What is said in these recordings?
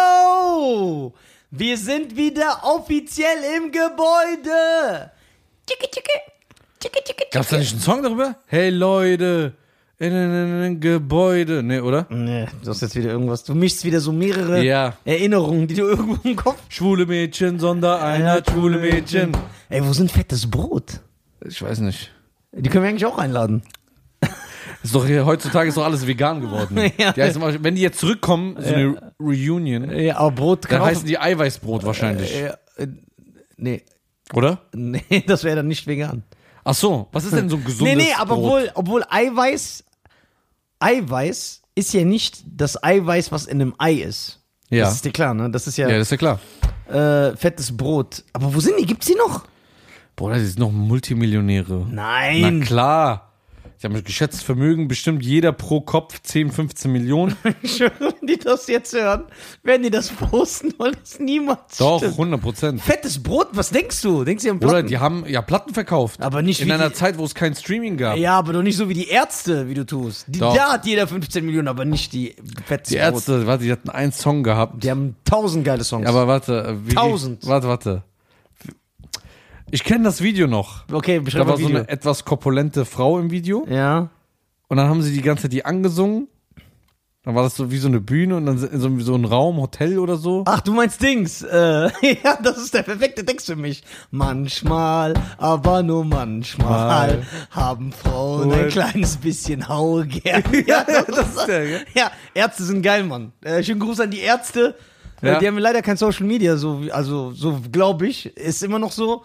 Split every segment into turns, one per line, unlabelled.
Yo! Wir sind wieder offiziell im Gebäude!
Tschicke, tschicke. Tschicke, tschicke,
Gab's
tschicke.
da nicht einen Song darüber? Hey Leute, in einem Gebäude. Nee, oder?
Nee, du hast jetzt wieder irgendwas. Du mischst wieder so mehrere
Ja.
Erinnerungen, die du irgendwo im Kopf.
Schwule Mädchen, Sondereinheit, schwule Mädchen.
Ey, wo sind fettes Brot?
Ich weiß nicht.
Die können wir eigentlich auch einladen.
Ist doch hier, heutzutage ist doch alles vegan geworden.
Ja.
Die heißen, wenn die jetzt zurückkommen, so eine Reunion,
Ja, aber Brot
dann
auch-
heißen die Eiweißbrot wahrscheinlich.
Ja, äh, nee,
Oder?
nee, das wäre dann nicht vegan.
Ach so, was ist denn so ein gesundes
nee, nee, aber
Brot?
obwohl, obwohl Eiweiß, Eiweiß ist ja nicht das Eiweiß, was in einem Ei ist.
Ja.
Das ist dir klar, ne? Das ist ja,
Ja, das ist ja klar.
äh, fettes Brot. Aber wo sind die? Gibt's die noch?
Boah, das ist noch Multimillionäre.
Nein.
Na klar. Ich habe geschätztes Vermögen bestimmt jeder pro Kopf 10, 15 Millionen.
Ich schwöre, wenn die das jetzt hören, werden die das posten, weil das niemals
Doch,
stimmt.
100 Prozent.
Fettes Brot, was denkst du? Denkst du an
Oder
Platten?
die haben ja Platten verkauft.
Aber nicht
In
wie
einer
die-
Zeit, wo es kein Streaming gab.
ja, aber doch nicht so wie die Ärzte, wie du tust. Die,
Doch.
da hat jeder 15 Millionen, aber nicht die Fettes
Die Ärzte, warte, die hatten einen Song gehabt.
Brot. Die haben tausend geile Songs.
Aber warte, äh, wie
Tausend.
Die, warte, warte. Ich kenne das Video noch.
okay, beschreib
Da
mal
war so
Video.
eine etwas korpulente Frau im Video
ja.
und dann haben sie die ganze Zeit die angesungen. Dann war das so wie so eine Bühne und dann so, so ein Raum, Hotel oder so.
Ach, du meinst Dings. Äh, ja, das ist der perfekte Text für mich. Manchmal, aber nur manchmal haben Frauen ein
Cool.
kleines bisschen Hau gern. Ja, das ist
der, gell?
ja, Ärzte sind geil, Mann. Äh, schönen Gruß an die Ärzte. Äh,
Ja.
Die haben leider kein Social Media, so, wie- also so glaube ich. Ist immer noch so.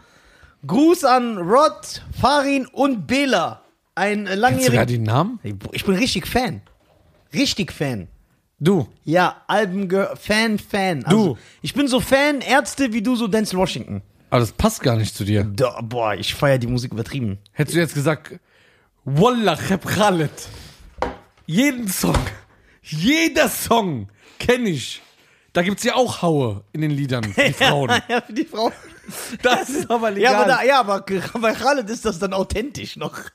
Gruß an Rod, Farin und Bela. Ein äh,
Kennst du gar
langjähriger...
den Namen?
Ich bin richtig Fan. Richtig Fan.
Du.
Ja, Alben gehört. Fan, Fan. Also,
Du.
Ich bin so Fan, Ärzte wie du, so Denzel Washington.
Aber das passt gar nicht zu dir.
Da, boah, ich feier die Musik übertrieben.
Hättest du jetzt gesagt, Wallah, ich hab Khaled. Jeden Song, jeder Song kenne ich. Da gibt's ja auch Haue in den Liedern, für die Frauen.
ja, für die Frau.
Das ist aber legal.
Ja, aber, da, ja, aber bei Khaled ist das dann authentisch noch.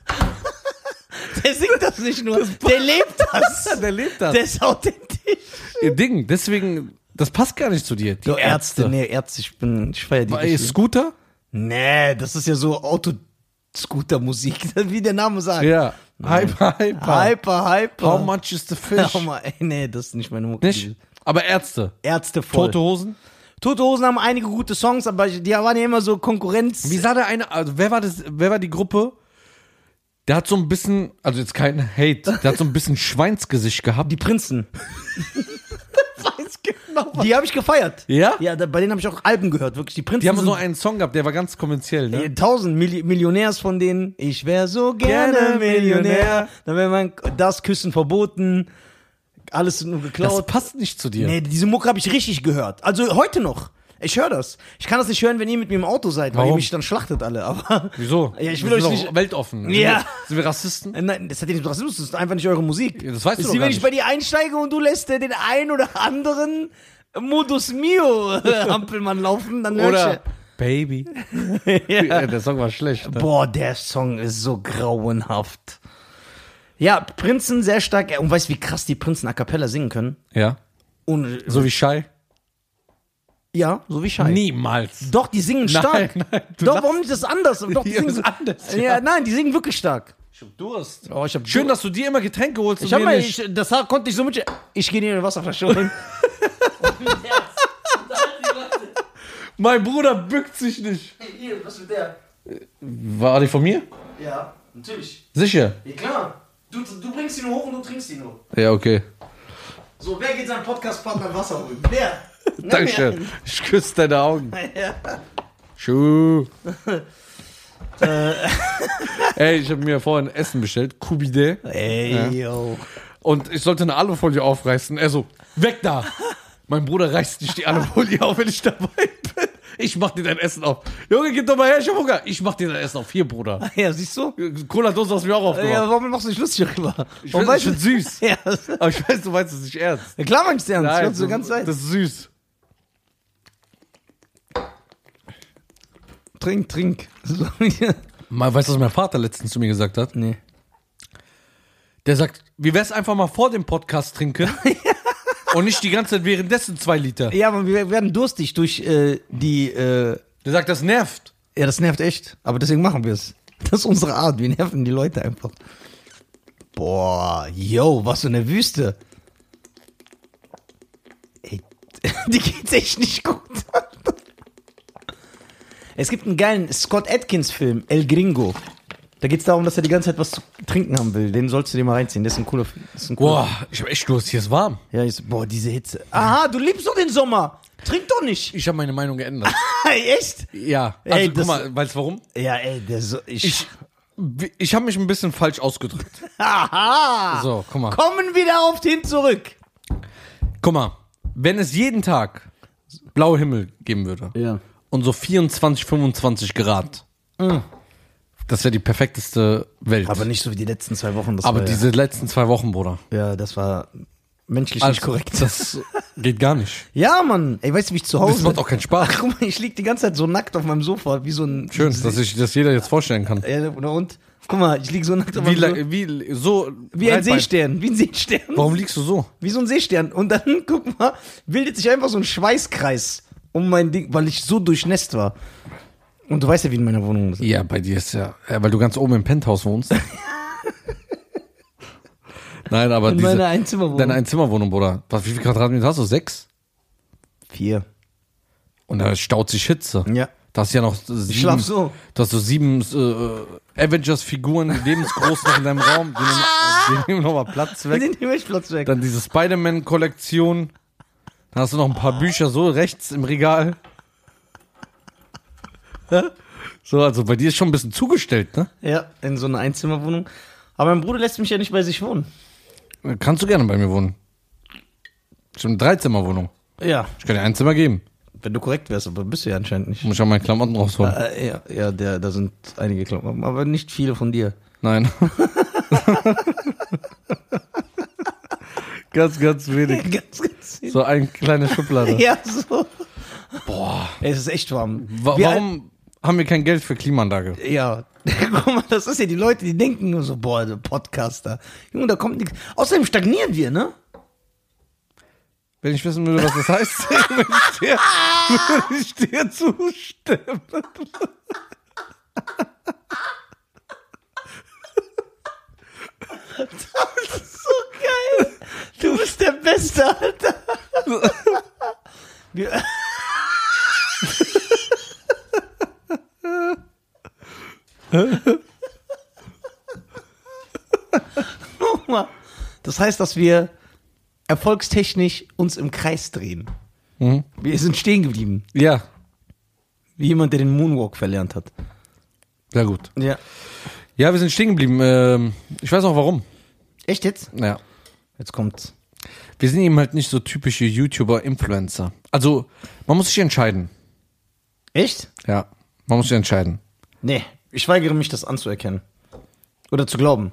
Der singt das nicht nur, der lebt das.
der lebt das.
Der ist authentisch.
Ihr Ding, deswegen, das passt gar nicht zu dir. Die
So Ärzte, nee, Ärzte, ich bin, ich feier die
Bei
richtig.
Scooter?
Nee, das ist ja so Autoscooter-Musik, wie der Name sagt.
Ja. Hyper, hyper.
Hyper, hyper.
How much is the fish?
Hau mal, ey, nee, das ist nicht meine Mucke.
Nicht? Aber Ärzte.
Ärzte voll.
Tote Hosen?
Tote Hosen haben einige gute Songs, aber die waren ja immer so Konkurrenz.
Wie sah der eine, also wer war das, wer war die Gruppe? Der hat so ein bisschen, also jetzt kein Hate, der hat so ein bisschen Schweinsgesicht gehabt.
Die Prinzen. Die habe ich gefeiert.
genau, Ja?
Ja, da, bei denen habe ich auch Alben gehört, wirklich. Die Prinzen.
Die haben
sind
so einen Song gehabt, der war ganz kommerziell,
äh,
ne?
tausend Milli Millionärs von denen. Ich wäre so gerne,
Gerne
Millionär.
Millionär.
Dann wäre man das Küssen verboten. Alles nur
Das
geklaut.
passt nicht zu dir.
nee, diese Mucke habe ich richtig gehört. Also heute noch. Ich höre das. Ich kann das nicht hören, wenn ihr mit mir im Auto seid, weil ihr
Warum?
mich dann schlachtet alle. Aber
Wieso?
Ja, ich
Wir
will euch
sind doch
nicht.
weltoffen. Sind
Ja.
wir- Sind wir Rassisten?
Äh, Nein, das hat ja nichts mit Rassismus, das ist einfach nicht eure Musik.
Ja, das weißt du
ist
doch
wie,
gar
wenn ich
nicht.
bei dir einsteige und du lässt äh, den einen oder anderen Modus Mio äh, Hampelmann laufen, dann hör
Oder Baby.
ich, ja.
Ja, der Song war schlecht. Ne?
Boah, der Song ist so grauenhaft. Ja, Prinzen sehr stark. äh, Und weißt du, wie krass die Prinzen a cappella singen können?
Ja.
Und,
So wie Shai?
ja, so wie Scheiße.
Niemals.
Doch, die singen stark.
nein, du
Doch,
lachst.
warum nicht das anders? Doch, die
Ja,
singen
ist anders,
Ja.
ja.
nein, die singen wirklich stark.
Ich hab Durst.
Oh, ich hab
Schön, dass du dir immer Getränke holst.
Ich
und
hab
mir
mal,
nicht.
ich, das hat- konnte ich so mit. Ich gehe in eine Wasserflasche holen.
Mein Bruder bückt sich nicht.
Hier, was mit der?
War die von mir?
Ja, natürlich.
Sicher.
Ja, klar. Du, du bringst ihn hoch und du trinkst ihn nur.
Ja, okay.
So, wer geht seinem Podcast-Partner Wasser holen? Wer?
Dankeschön. Ich küsse deine Augen. Schuh. Äh. Ey, ich habe mir vorhin Essen bestellt. Kubide.
Ey, yo.
Und ich sollte eine Alufolie aufreißen. Er so, weg da! Mein Bruder reißt nicht die Alufolie auf, wenn ich dabei bin. Ich mach dir dein Essen auf. Junge, gib doch mal her, ich hab Hunger. Ich mach dir dein Essen auf. Hier, Bruder.
Ja, siehst du?
Cola-Dose hast du mir auch
Ja,
aufgemacht.
warum machst du dich lustig darüber?
Ich
Warum
weiß, ich
weißt du-
find's süß.
Ja, das-
Aber ich weiß, du meinst es nicht ernst.
ja, klar, mein ich ernst. ich kann's die ganze Zeit.
das ist süß.
trink, trink. So,
Mal, weißt du, was mein Vater letztens zu mir gesagt hat?
nee.
Der sagt, wie wär's einfach mal vor dem Podcast trinken? Und nicht die ganze Zeit währenddessen zwei Liter.
Ja, aber wir werden durstig durch äh, die. Äh,
Der sagt, das nervt.
ja, das nervt echt. Aber deswegen machen wir es. Das ist unsere Art. Wir nerven die Leute einfach. Boah, yo, was für eine Wüste. Ey, die geht's echt nicht gut. Es gibt einen geilen Scott Atkins-Film, El Gringo. Da geht's darum, dass er die ganze Zeit was zu trinken haben will. Den sollst du dir mal reinziehen. Das ist ein cooler Film. Das ist ein cooler
Boah, ich habe echt Durst, hier ist warm.
Ja, ich so, boah, diese Hitze. Aha, du liebst doch den Sommer. Trink doch nicht.
Ich habe meine Meinung geändert.
Hey, echt?
ja. Also
Ey,
guck
das-
mal, weißt du warum?
Ja, ey, der so, ich,
Ich, ich habe mich ein bisschen falsch ausgedrückt.
Aha.
So, guck mal.
Kommen wieder auf den zurück.
Guck mal, wenn es jeden Tag blauen Himmel geben würde
Ja.
und so 24, 25 Grad, Mhm. das wäre die perfekteste Welt.
Aber nicht so wie die letzten zwei Wochen. Das
Aber
war
diese letzten zwei Wochen, Bruder.
Ja, ja, das war menschlich
Also-
nicht korrekt.
Das geht gar nicht.
Ja, Mann. Ey, weißt du, wie ich zu Hause...
Das macht auch keinen Spaß.
Guck mal, ich lieg die ganze Zeit so nackt auf meinem Sofa, wie so ein...
Schön, dass sich das jeder jetzt vorstellen kann.
Ja, oder und? Guck mal, ich lieg so nackt auf
Wie,
meinem Sofa.
la- wie, so
Wie ein
breitbein-
Seestern, wie ein Seestern.
Warum liegst du so?
wie so ein Seestern. Und dann, guck mal, bildet sich einfach so ein Schweißkreis um mein Ding, weil ich so durchnässt war. Und du weißt ja, wie in meiner Wohnung ist.
Ja, bei dir ist ja, ja, weil du ganz oben im Penthouse wohnst. Nein, aber
In
diese,
meiner Einzimmerwohnung.
deine Einzimmerwohnung, Bruder. Was, wie viel Quadratmeter hast du? Sechs?
Vier.
Und da staut sich Hitze.
Ja.
Da hast du ja noch sieben.
schlaf so.
Da hast du sieben äh, Avengers-Figuren lebensgroß noch in deinem Raum. Die
Ah!
nehmen, die nehmen nochmal Platz
Dann
weg.
den Himmelsplatz weg.
Dann diese Spider-Man-Kollektion. Dann hast du noch ein paar Bücher so rechts im Regal. Hä? So, also bei dir ist schon ein bisschen zugestellt, ne?
Ja, in so einer Einzimmerwohnung. Aber mein Bruder lässt mich ja nicht bei sich wohnen.
Kannst du gerne bei mir wohnen. Ich habe eine Dreizimmerwohnung.
Ja.
Ich kann dir ein Zimmer geben.
Wenn du korrekt wärst, aber bist du ja anscheinend nicht.
Muss ich auch meine Klamotten rausholen.
Äh, ja, ja der, da sind einige Klamotten, aber nicht viele von dir.
Nein. ganz, ganz wenig.
Ganz, ganz
So eine kleine Schublade.
Ja, so. Boah. Es ist echt warm.
Wa
Wir-
warum haben wir kein Geld für Klimaanlage?
Ja, guck mal, das ist ja die Leute, die denken nur so, boah, der Podcaster. Junge, da kommt nichts. Außerdem stagnieren wir, ne?
Wenn ich wissen würde, was das heißt, würde ich dir, würde ich dir zustimmen.
So geil. Du bist der Beste, Alter. Wir, Guck mal. das heißt, dass wir erfolgstechnisch uns im Kreis drehen. Wir sind stehen geblieben,
Ja,
wie jemand, der den Moonwalk verlernt hat.
sehr gut.
Ja.
Ja, wir sind stehen geblieben. Ähm, ich weiß auch warum.
Echt jetzt?
Ja.
Jetzt kommt's.
Wir sind eben halt nicht so typische YouTuber-Influencer. Also, man muss sich entscheiden.
Echt?
Ja, man muss sich entscheiden.
Nee, ich weigere mich, das anzuerkennen. Oder zu glauben.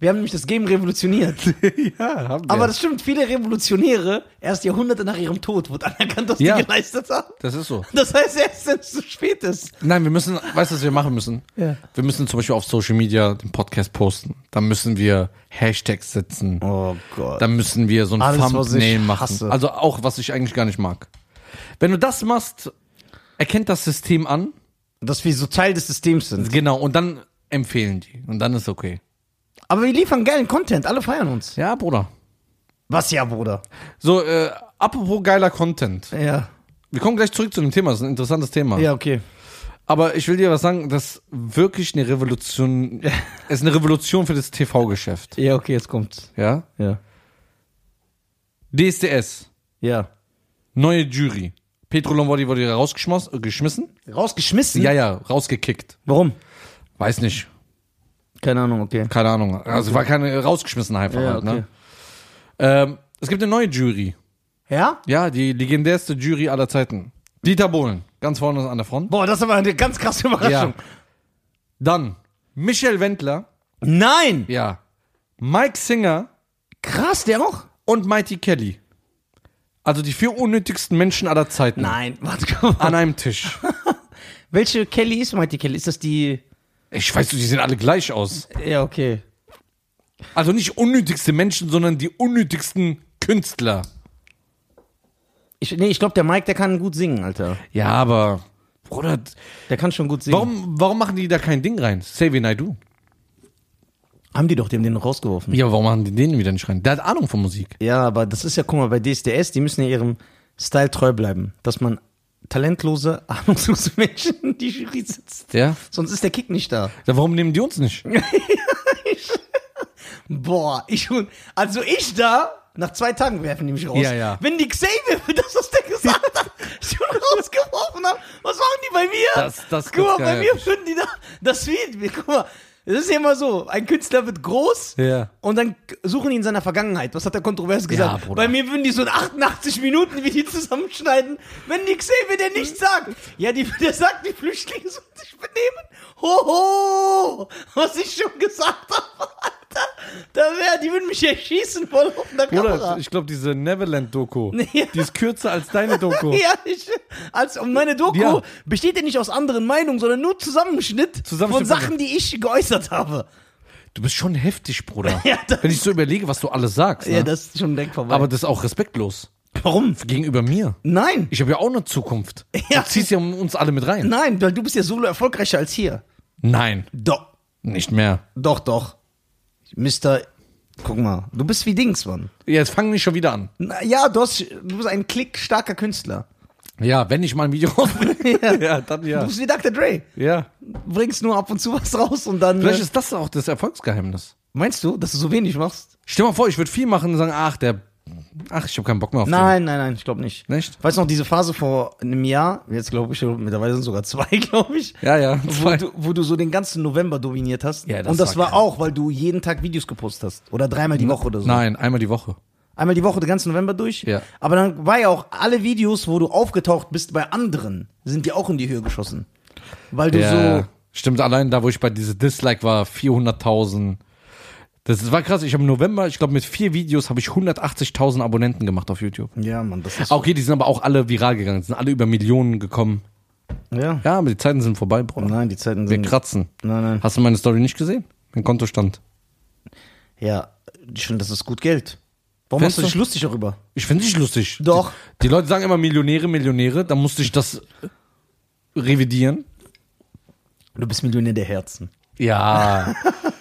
Wir haben nämlich das Game revolutioniert.
Ja, haben
Aber das stimmt, viele Revolutionäre, erst Jahrhunderte nach ihrem Tod, wurde anerkannt, was
Ja.
die geleistet haben.
das ist so.
Das heißt, erst wenn es zu spät ist.
Nein, wir müssen, weißt du, was wir machen müssen?
Ja.
Wir müssen zum Beispiel auf Social Media den Podcast posten. Dann müssen wir Hashtags setzen.
Oh Gott.
Dann müssen wir so ein
Alles, was
Thumbnail
ich
machen.
hasse.
Also auch, was ich eigentlich gar nicht mag. Wenn du das machst, erkennt das System an.
Dass wir so Teil des Systems sind.
Genau, und dann empfehlen die. Und dann ist okay.
Aber wir liefern geilen Content, alle feiern uns.
Ja, Bruder.
Was ja, Bruder.
So, äh, apropos geiler Content.
Ja.
Wir kommen gleich zurück zu dem Thema. Das ist ein interessantes Thema.
Ja, okay.
Aber ich will dir was sagen, das ist wirklich eine Revolution, es ist eine Revolution für das TV-Geschäft.
Ja, okay, jetzt kommt's.
Ja?
Ja.
DSDS,
Ja.
neue Jury. Petro Lombardi wurde rausgeschmissen. Geschmissen?
Rausgeschmissen?
Ja, ja, rausgekickt.
Warum?
Weiß nicht.
Keine Ahnung, okay.
Keine Ahnung. Also war keine rausgeschmissen einfach
Ja,
halt,
okay.
ne? Ähm, es gibt eine neue Jury.
Ja?
Ja, die legendärste Jury aller Zeiten. Dieter Bohlen, ganz vorne an der Front.
Boah, das ist aber eine ganz krasse Überraschung.
Ja. Dann Michel Wendler,
Nein!
ja. Mike Singer,
Krass, der auch?
und Mighty Kelly. Also die vier unnötigsten Menschen aller Zeiten.
Nein, warte, komm mal.
An einem Tisch.
Welche Kelly ist Mighty Kelly? Ist das die.
Ich weiß, die sehen alle gleich aus.
Ja, okay.
Also nicht unnötigste Menschen, sondern die unnötigsten Künstler.
Ich, nee, ich glaube, der Mike, der kann gut singen, Alter.
Ja, aber, Bruder,
Der kann schon gut singen.
warum, warum machen die da kein Ding rein? Save I Do.
Haben die doch dem den rausgeworfen.
Ja, warum machen die den wieder nicht rein? Der hat Ahnung von Musik.
Ja, aber das ist ja, guck mal, bei DSDS, die müssen ja ihrem Style treu bleiben, dass man talentlose, ahnungslose Menschen in die Jury sitzt.
Ja?
Sonst ist der Kick nicht da.
ja warum nehmen die uns nicht?
Boah, ich und also ich da, nach zwei Tagen werfen die mich raus.
Ja, ja.
Wenn die Xavier für das, was der gesagt hat, schon rausgeworfen haben, was machen die bei mir?
Das- das
guck mal,
gibt's gar
bei mir
nicht.
finden die da, das fehlt mir, guck mal. Es ist ja immer so, ein Künstler wird groß
Ja.
und dann k- suchen die in seiner Vergangenheit. Was hat er kontrovers gesagt?
Bruder.
Bei mir würden die so in 88 Minuten wie die zusammenschneiden, wenn die Xavier der nichts
Hm.
sagt. Ja, die, der sagt, die Flüchtlinge sollen sich benehmen. Hoho! Was ich schon gesagt habe, Alter. Da wär, die würden mich erschießen vor laufender
Bruder,
Kamera.
ich glaube, diese Neverland-Doku,
Ja.
die ist kürzer als deine Doku.
Ja, ich, als, und meine Doku
Ja.
besteht ja nicht aus anderen Meinungen, sondern nur Zusammenschnitt,
Zusammenschnitt
von
von-
Sachen, die ich geäußert habe.
Du bist schon heftig, Bruder.
Ja, das-
Wenn ich so überlege, was du alles sagst. Ne?
Ja, das ist schon weg vorbei.
aber das ist auch respektlos.
warum?
Gegenüber mir.
Nein,
Ich habe ja auch eine Zukunft.
Ja.
Du ziehst ja um uns alle mit rein.
nein, weil du bist ja solo erfolgreicher als hier.
Nein,
Doch.
nicht mehr.
Doch, doch. Mister, guck mal, du bist wie Dings, Mann.
Jetzt fangen wir schon wieder an.
Na, ja, du, hast, du bist ein klickstarker Künstler.
Ja, wenn ich mal ein Video rausbringe.
Ja.
dann
Du bist wie Dr. Dre.
Ja.
Bringst nur ab und zu was raus und dann.
Vielleicht
Äh,
ist das auch das Erfolgsgeheimnis.
meinst du, dass du so wenig machst?
Stell mal vor, ich würde viel machen und sagen, ach, der. Ach, ich habe keinen Bock mehr auf
Nein, nein, nein, ich glaube nicht.
Nicht?
Weißt du noch, diese Phase vor einem Jahr, jetzt glaube ich, mittlerweile sind sogar zwei, glaube ich.
den. Ja, ja.
Wo du, wo du so den ganzen November dominiert hast.
Ja, das
und das
war
war, auch, weil du jeden Tag Videos gepostet hast. Oder dreimal die Woche oder so.
Nein, einmal die Woche.
Einmal die Woche den ganzen November durch.
Ja.
Aber dann war ja auch alle Videos, wo du aufgetaucht bist bei anderen, sind dir auch in die Höhe geschossen. Weil du
Ja,
so.
stimmt, allein da, wo ich bei dieser Dislike war, 400.000. Das ist- war krass. Ich habe im November, ich glaube, mit vier Videos habe ich 180.000 Abonnenten gemacht auf YouTube.
Ja, Mann, das ist.
Okay, die sind aber auch alle viral gegangen, sind alle über Millionen gekommen.
Ja.
Ja, aber die Zeiten sind vorbei, Bruder.
Nein, die Zeiten
Wir
sind.
kratzen.
Nein, nein.
Hast du meine Story nicht gesehen? Mein Kontostand.
Ja, schon, das ist gut Geld. Warum
Findest
machst du dich
du?
lustig darüber?
Ich finde dich lustig.
Doch.
Die, die Leute sagen immer Millionäre, Millionäre. Da musste ich das revidieren.
Du bist Millionär der Herzen.
Ja.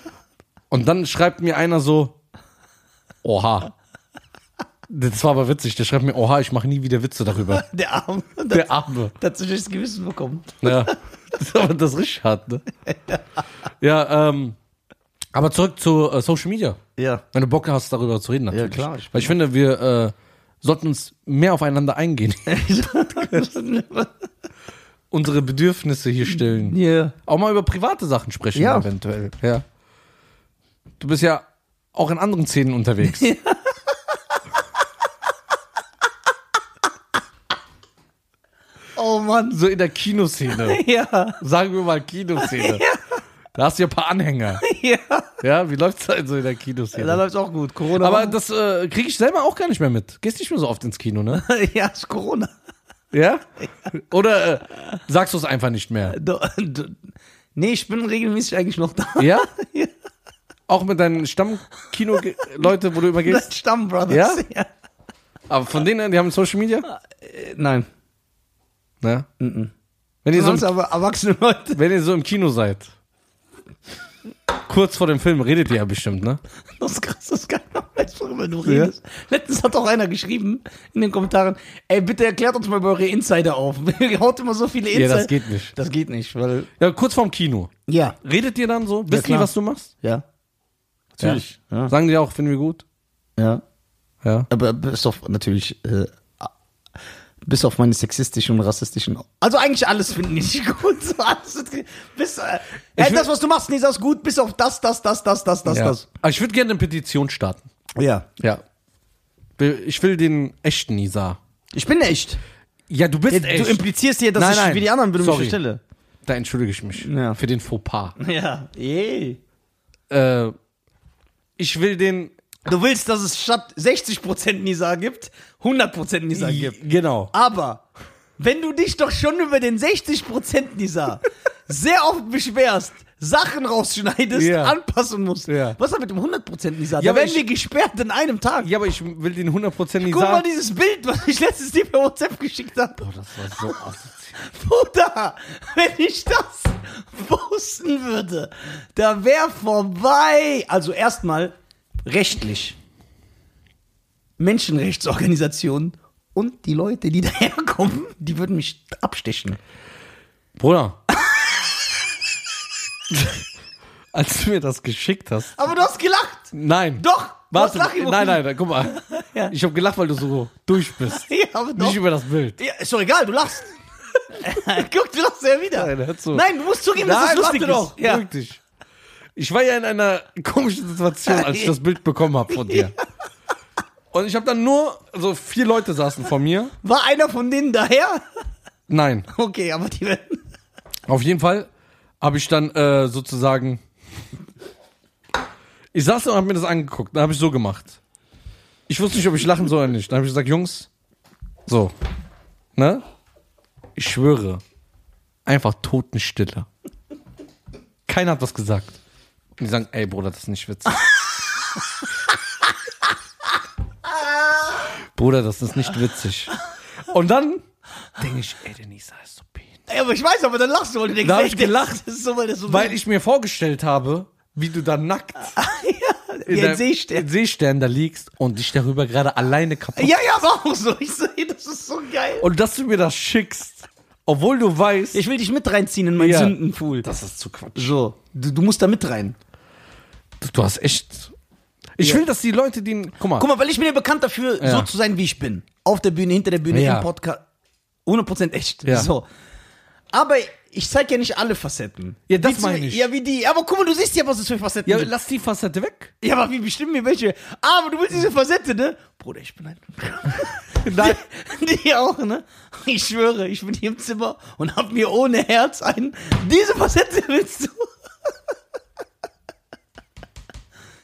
Und dann schreibt mir einer so, oha. Das war aber witzig. Der schreibt mir, oha, ich mache nie wieder Witze darüber.
Der Arme.
Der Arme.
Dazu das Gewissen bekommen.
Ja. Das ist aber das ist richtig hart, ne? Ja, ähm. Aber zurück zu äh, Social Media.
Ja.
Wenn du Bock hast, darüber zu reden, natürlich.
klar, ich bin-
Weil ich finde, wir äh, sollten uns mehr aufeinander eingehen. Unsere Bedürfnisse hier stillen.
Ja.
Auch mal über private Sachen sprechen,
Ja.
eventuell. Ja. Du bist ja auch in anderen Szenen unterwegs.
Oh Mann.
So in der Kinoszene.
Ja.
Sagen wir mal Kinoszene. Da hast du ja ein paar Anhänger.
Ja.
Ja, wie läuft's halt so in der
Da
Kinoszene?
läuft's auch gut. Corona.
Aber das äh, kriege ich selber auch gar nicht mehr mit. Gehst nicht mehr so oft ins Kino, ne?
ja, ist Corona.
Ja? Oder äh, sagst du es einfach nicht mehr?
Du, du, nee, ich bin regelmäßig eigentlich noch da.
Ja?
Ja.
Auch mit deinen Stammkino-Leute, wo du immer gehst?
Das Stammbrothers.
Ja? Aber von denen, die haben Social Media?
Äh, Nein.
Ne? Wenn, ihr so
Sonst
im,
aber erwachsene Leute.
wenn ihr so im Kino seid, kurz vor dem Film redet ihr ja bestimmt, ne?
Das ist krass, dass keiner weiß, worüber du redest. Letztens hat auch einer geschrieben in den Kommentaren, ey, bitte erklärt uns mal über eure Insider auf. Ihr haut immer so viele
Ja,
Insider.
das geht nicht.
Das geht nicht, weil...
Ja, kurz vorm Kino.
Ja.
Redet ihr dann so? Wissen
klar.
die, was du machst?
Ja. Natürlich. Ja.
Sagen die auch, finden wir gut?
ja.
Ja.
Aber bis auf natürlich... Äh, bis auf meine sexistischen und rassistischen. Also eigentlich alles finde ich gut. So alles, ist- bis, äh, ey,
will-
das, was du machst, Nisa, ist gut, bis auf das, das, das, das, das, das,
ja.
das.
Aber ich würde gerne eine Petition starten.
Ja.
Ja. Ich will den echten Nisa.
Ich bin echt.
Ja, du bist
Ja, Du implizierst dir, dass
Nein,
ich
nein.
wie die anderen bin mich
Sorry.
stelle.
da entschuldige ich mich
Ja.
für den Fauxpas.
Ja. Ey.
äh, ich will den
Du willst, dass es statt 60% Nisa gibt, 100% Nisa gibt.
Genau.
Aber wenn du dich doch schon über den 60% Nisa sehr oft beschwerst, Sachen rausschneidest,
Ja.
anpassen musst.
Ja.
Was ist da mit dem 100% Nisa?
Ja,
da
aber
werden
ich-
wir gesperrt in einem Tag.
Ja, aber ich will den 100% nicht
Guck mal
sagen.
dieses Bild, was ich letztens dir per WhatsApp geschickt habe.
Boah, das war so asozial.
Bruder, wenn ich das posten würde, da wäre vorbei. Also erstmal rechtlich. Menschenrechtsorganisationen und die Leute, die daherkommen, die würden mich abstechen.
Bruder. Als du mir das geschickt hast.
Aber du hast gelacht.
Nein.
Doch, du hast
Warte,
Lachen
nein, nein, nein, guck mal.
Ja.
Ich habe gelacht, weil du so durch bist.
Ja, aber doch.
Nicht über das Bild.
Ja, ist doch egal, du lachst. Guck, du lachst ja wieder.
Nein, hör zu.
Nein, du musst zugeben, dass es lustig ist.
doch.
Ja.
Beruhig dich. Ich war ja in einer komischen Situation, als ich das Bild bekommen habe von dir. Und ich habe dann nur, also vier Leute saßen vor mir.
War einer von denen daher?
Nein.
Okay, aber die werden.
Auf jeden Fall habe ich dann äh, sozusagen. Ich saß da und habe mir das angeguckt. Dann habe ich so gemacht. Ich wusste nicht, ob ich lachen soll oder nicht. Dann habe ich gesagt, Jungs, so, ne? Ich schwöre, einfach Totenstille. Keiner hat was gesagt. Und die sagen, ey Bruder, das ist nicht witzig. Bruder, das ist nicht witzig. Und dann denke ich, ey, der Nisa ist so peinlich.
Ja, aber ich weiß, aber dann lachst du und denkst,
Da hab
ey,
ich
der-
gelacht.
Das ist so, weil das so
Weil ich mir vorgestellt habe, wie du da nackt
Ah, wie ein
der-
Seestern.
in Seestern da liegst und dich darüber gerade alleine kaputt.
Ja, ja, war auch so. Ich sehe, das ist so geil.
Und dass du mir das schickst, obwohl du weißt,
ich will dich mit reinziehen in meinen
Ja.
Sündenpool.
das ist zu Quatsch.
so, du, du musst da mit rein.
Du, du hast echt. Ich will, dass die Leute den. Guck mal.
Guck mal, weil ich bin ja bekannt dafür,
Ja.
so zu sein, wie ich bin. Auf der Bühne, hinter der Bühne,
Ja.
im Podcast. 100% echt.
Ja.
So. Aber ich zeige ja nicht alle Facetten.
Ja, das
Wie
meine
zu-
ich.
Ja, wie die. Aber guck mal, du siehst ja, was es für Facetten
ja,
gibt.
lass die Facette weg.
Ja, aber wie bestimmen wir welche? Aber du willst diese Facette, ne? Bruder, ich bin ein.
Nein.
Die, die auch, ne? Ich schwöre, ich bin hier im Zimmer und hab mir ohne Herz ein. Diese Facette willst du?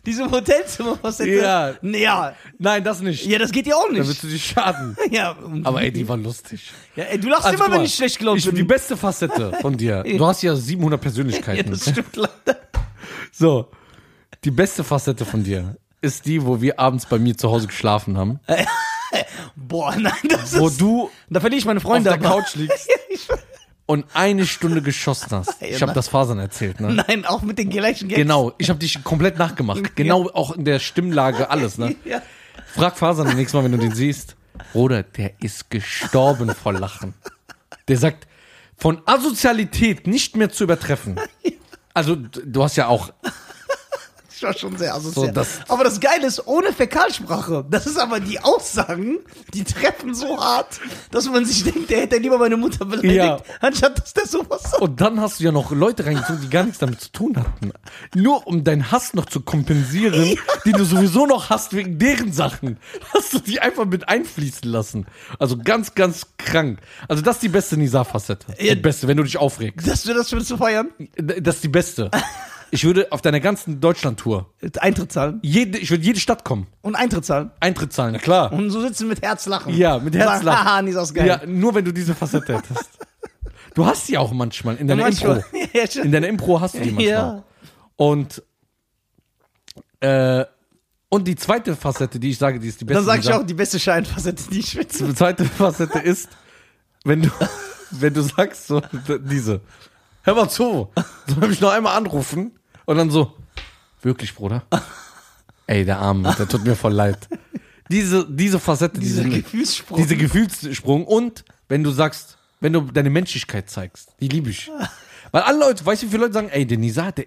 diese Hotelzimmer-Facette?
Ja.
Ja.
Nein, das nicht.
Ja, das geht ja auch
Dann willst
nicht.
du dich schaden.
Ja,
Aber ey, die war lustig.
ja, ey, du lachst
Also, guck
immer, wenn
mal,
ich schlecht gelaunt
ich, Die
bin.
beste Facette von dir. Du hast ja 700
Ja,
Persönlichkeiten.
das stimmt leider.
So, die beste Facette von dir ist die, wo wir abends bei mir zu Hause geschlafen haben,
Boah, nein, das
wo
ist.
du
Da verliere ich meine
auf
Freunde.
der
aber-
Couch liegst und eine Stunde geschossen hast. Ich habe das Fasern erzählt, ne?
Nein, auch mit den gleichen Gags.
Genau, ich habe dich komplett nachgemacht. Genau auch in der Stimmlage, alles, ne?
Ja.
Frag Fasern das nächste Mal, wenn du den siehst. Bruder, der ist gestorben vor Lachen. Der sagt, von Asozialität nicht mehr zu übertreffen. Also, d- du hast ja auch
Das war schon sehr asozial.
So, das-
aber das Geile ist, ohne Fäkalsprache. Das ist aber die Aussagen, die treffen so hart, dass man sich denkt, der hätte lieber meine Mutter beleidigt,
Ja.
anstatt dass der sowas sagt.
Und dann hast du ja noch Leute reingezogen, die gar nichts damit zu tun hatten. Nur um deinen Hass noch zu kompensieren, die du sowieso noch hast wegen deren Sachen. Hast du die einfach mit einfließen lassen. Also ganz, ganz krank. Also das ist die beste Nisa-Facette. Die
Ja.
beste, wenn du dich aufregst.
Dass wir das schon zu feiern.
Das ist die beste. Ich würde auf deiner ganzen Deutschland-Tour,
Eintritt zahlen.
jede, ich würde jede Stadt kommen,
Und Eintritt zahlen.
Eintritt zahlen, klar.
Und so sitzen mit Herzlachen.
Ja, mit Herz
Sagen, Haha, Nisa ist geil.
Ja, nur wenn du diese Facette hättest. Du hast sie auch manchmal in deiner
Manchmal-
Impro.
Ja, schon.
In deiner Impro hast du die manchmal.
Ja.
Und äh, und die zweite Facette, die ich sage, die ist die beste.
Dann sage ich
dieser-
auch die beste Scheinfacette, die ich schwitze.
Die zweite Facette ist, wenn du wenn du sagst so d- diese, hör mal zu, soll ich noch einmal anrufen und dann so wirklich, Bruder? Ey, der Arme, der tut mir voll leid. Diese diese Facette,
Dieser
diese
Gefühlssprung.
diese Gefühlssprung und wenn du sagst, wenn du deine Menschlichkeit zeigst, die liebe ich. Weil alle Leute, weißt du, wie viele Leute sagen, ey, der Nisa, der,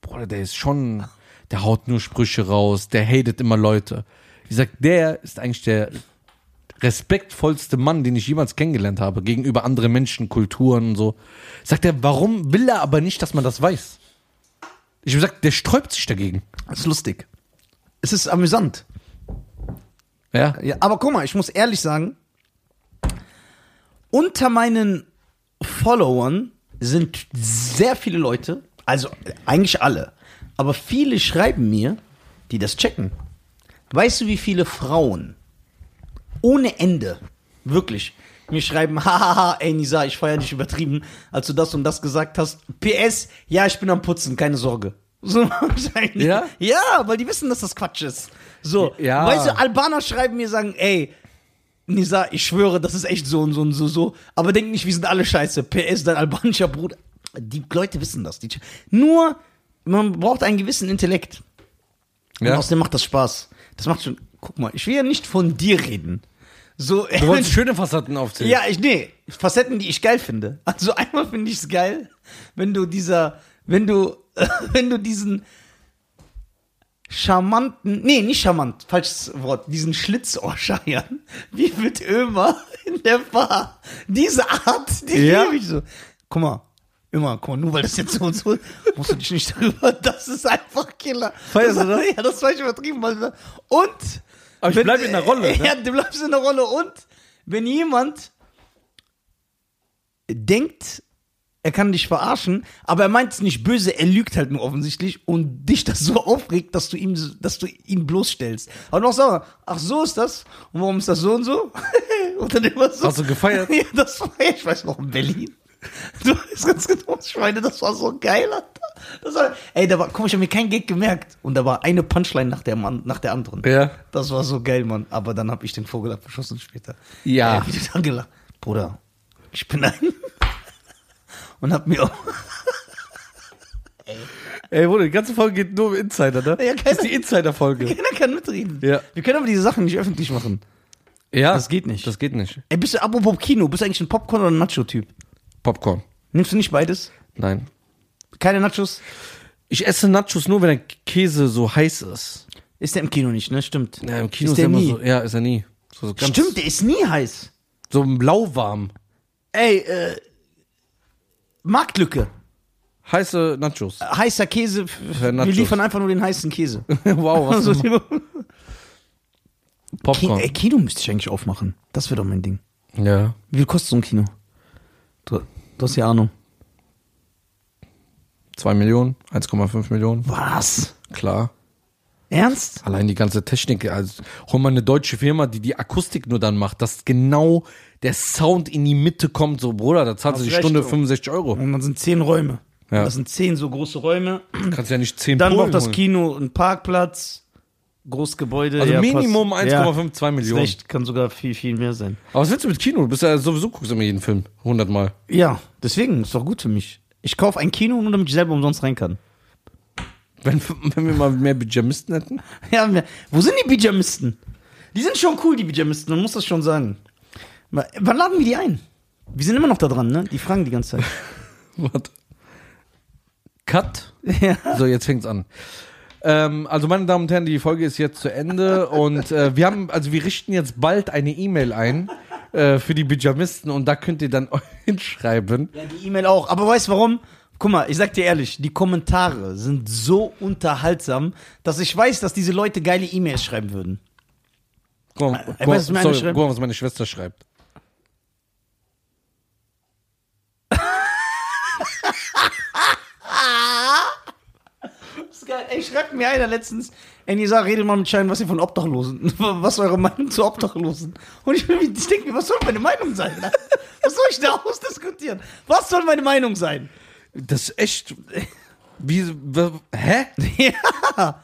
Bruder, der ist schon, der haut nur Sprüche raus, der hatet immer Leute. Ich sag, der ist eigentlich der respektvollste Mann, den ich jemals kennengelernt habe, gegenüber anderen Menschen, Kulturen und so. Sagt er, warum will er aber nicht, dass man das weiß? Ich hab gesagt, der sträubt sich dagegen.
Das ist lustig. Es ist amüsant.
Ja.
Ja, aber guck mal, ich muss ehrlich sagen, unter meinen Followern sind sehr viele Leute, also eigentlich alle, aber viele schreiben mir, die das checken. Weißt du, wie viele Frauen ohne Ende, wirklich, mir schreiben, hahaha, ey Nisa, ich feier dich übertrieben, als du das und das gesagt hast. PS, ja, ich bin am Putzen, keine Sorge. So wahrscheinlich.
Ja?
Ja, weil die wissen, dass das Quatsch ist. So,
Ja.
weißt du, Albaner schreiben mir, sagen, ey, Nisa, ich schwöre, das ist echt so und so und so, so. Aber denk nicht, wir sind alle scheiße. PS, dein albanischer Bruder. Die Leute wissen das. Die, nur, man braucht einen gewissen Intellekt. Und
Ja.
außerdem macht das Spaß. Das macht schon. Guck mal, ich will ja nicht von dir reden. So,
Du wolltest schöne Facetten aufzählen.
ja, ich, nee, Facetten, die ich geil finde. Also einmal finde ich es geil, wenn du dieser, wenn du, wenn du diesen charmanten, nee, nicht charmant, falsches Wort, diesen Schlitzohrscheiern, wie mit Ömer in der Bar. Diese Art, die
Ja.
liebe ich so. Guck mal, immer, guck mal, nur weil das jetzt so und so, musst du dich nicht darüber, das ist einfach Killer.
Feierst du
das? Ja, das war ich übertrieben. weil- Und
Aber ich
wenn-
bleib in der Rolle, ne?
Ja, du bleibst in der Rolle. Und wenn jemand denkt, er kann dich verarschen, aber er meint es nicht böse, er lügt halt nur offensichtlich und dich das so aufregt, dass du ihm, dass du ihn bloßstellst. Aber noch sauer, ach so ist das? Und warum ist das so und so? und dann immer so.
Hast du gefeiert?
ja, das war, ich weiß noch, in Berlin. Du weißt ganz genau, Schweine, das war so geil, Alter. Das war, ey, da war, guck mal, ich hab mir keinen Gag gemerkt. Und da war eine Punchline nach der, Mann, nach der anderen.
Ja.
Das war so geil, Mann. Aber dann hab ich den Vogel abgeschossen später.
Ja.
Ey, wie du dann gelacht. Bruder, ich bin ein. Und hab mir auch.
Ey, Bruder, die ganze Folge geht nur um Insider, ne?
Ja, keine-
das ist die Insider-Folge.
Keiner kann mitreden.
Ja.
Wir können aber diese Sachen nicht öffentlich machen.
Ja.
Das geht nicht.
Das geht nicht.
Ey, bist du, apropos Kino, bist du eigentlich ein Popcorn- oder ein Nacho-Typ?
Popcorn.
Nimmst du nicht beides?
Nein.
Keine Nachos?
Ich esse Nachos nur, wenn der Käse so heiß ist.
Ist der im Kino nicht, ne? Stimmt.
Ja, im Kino
ist
ist,
der
er immer
nie.
so. Ja, ist er nie. So, so ganz,
Stimmt, der ist nie heiß.
So blauwarm.
Ey, äh, Marktlücke.
Heiße Nachos.
Heißer Käse. f- f-
Für
Wir
Nachos.
liefern einfach nur den heißen Käse.
wow, was
Also,
ist
Ki-
Popcorn.
ey, Kino müsste ich eigentlich aufmachen. Das wäre doch mein Ding.
Ja.
Wie viel kostet so ein Kino? Du, du hast ja Ahnung.
2 Millionen, 1,5 Millionen.
Was?
Klar.
Ernst?
Allein die ganze Technik, also hol mal eine deutsche Firma, die die Akustik nur dann macht, dass genau der Sound in die Mitte kommt, so Bruder, da zahlst du
Hast
die
recht,
Stunde
du.
65 Euro.
Und dann sind zehn Räume.
Ja.
Das sind zehn so große Räume.
Kannst ja nicht 10
Dann
Polen
braucht das
holen.
Kino einen Parkplatz, Großgebäude.
Also
ja,
Minimum
passt.
1,5,
Ja,
2
ist
Millionen.
recht, kann sogar viel, viel mehr sein.
Aber was willst du mit Kino? Du bist ja sowieso, guckst immer jeden Film, 100 Mal.
Ja, deswegen ist doch gut für mich. Ich kaufe ein Kino, nur damit ich selber umsonst rein kann.
Wenn, wenn wir mal mehr Pyjamisten hätten.
Ja, wir- wo sind die Pyjamisten? Die sind schon cool, die Pyjamisten, man muss das schon sagen. Ma- Wann laden wir die ein? Wir sind immer noch da dran, ne? Die fragen die ganze Zeit.
Warte. Cut.
ja.
So, jetzt fängt's an. Ähm, also, meine Damen und Herren, die Folge ist jetzt zu Ende und äh, wir haben, also wir richten jetzt bald eine E-Mail ein äh, für die Pyjamisten und da könnt ihr dann hinschreiben.
ja, die E-Mail auch. Aber weißt du warum? Guck mal, ich sag dir ehrlich, die Kommentare sind so unterhaltsam, dass ich weiß, dass diese Leute geile E-Mails schreiben würden.
Guck mal, guck, mal,
weißt du, Äh, was meine
sorry,
schreibt?
guck mal, was meine Schwester schreibt.
Das ist geil. Ey, schreibt mir einer letztens, ey, Nisa, redet mal mit Schein, was ihr von Obdachlosen, was eure Meinung zu Obdachlosen. Und ich, ich denke mir, was soll meine Meinung sein? Was soll ich da ausdiskutieren? Was soll meine Meinung sein?
Das ist echt. Wie. w- Hä?
Ja,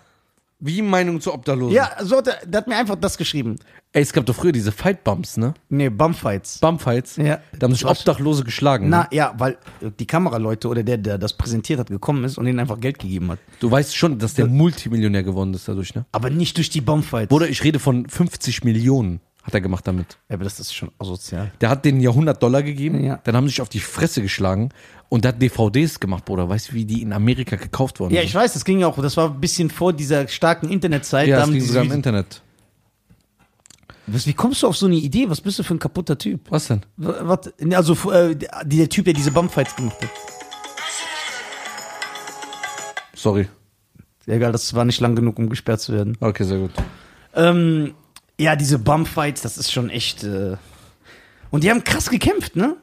Wie Meinung zu Obdachlosen?
ja so hat er, der hat mir einfach das geschrieben.
Ey, es gab doch früher diese Fight-Bumps, ne?
Nee, Bumfights.
Bumpfights.
Ja.
Da haben sich Obdachlose geschlagen.
Na
Ne?
ja, weil äh, die Kameraleute oder der, der das präsentiert hat, gekommen ist und ihnen einfach Geld gegeben hat.
Du weißt schon, dass der Multimillionär geworden ist dadurch, ne?
Aber nicht durch die Bumfights.
Oder ich rede von 50 Millionen hat er gemacht damit.
Ja, aber das ist schon asozial.
Der hat denen ja 100 Dollar gegeben,
Ja.
dann haben sie sich auf die Fresse geschlagen und der hat DVDs gemacht, Bruder. Weißt du, wie die in Amerika gekauft worden
Ja,
sind?
ich weiß, das ging ja auch, das war ein bisschen vor dieser starken Internetzeit.
ja,
da
das
haben
ging
die-
sogar im Internet.
was, wie kommst du auf so eine Idee? Was bist du für ein kaputter Typ?
Was denn?
W- Warte, ne, also f- äh, der der Typ, der diese Bumpfights gemacht hat.
Sorry.
Egal, das war nicht lang genug, um gesperrt zu werden.
Okay, sehr gut.
Ähm, ja, diese Bumpfights, das ist schon echt. Äh und die haben krass gekämpft, ne?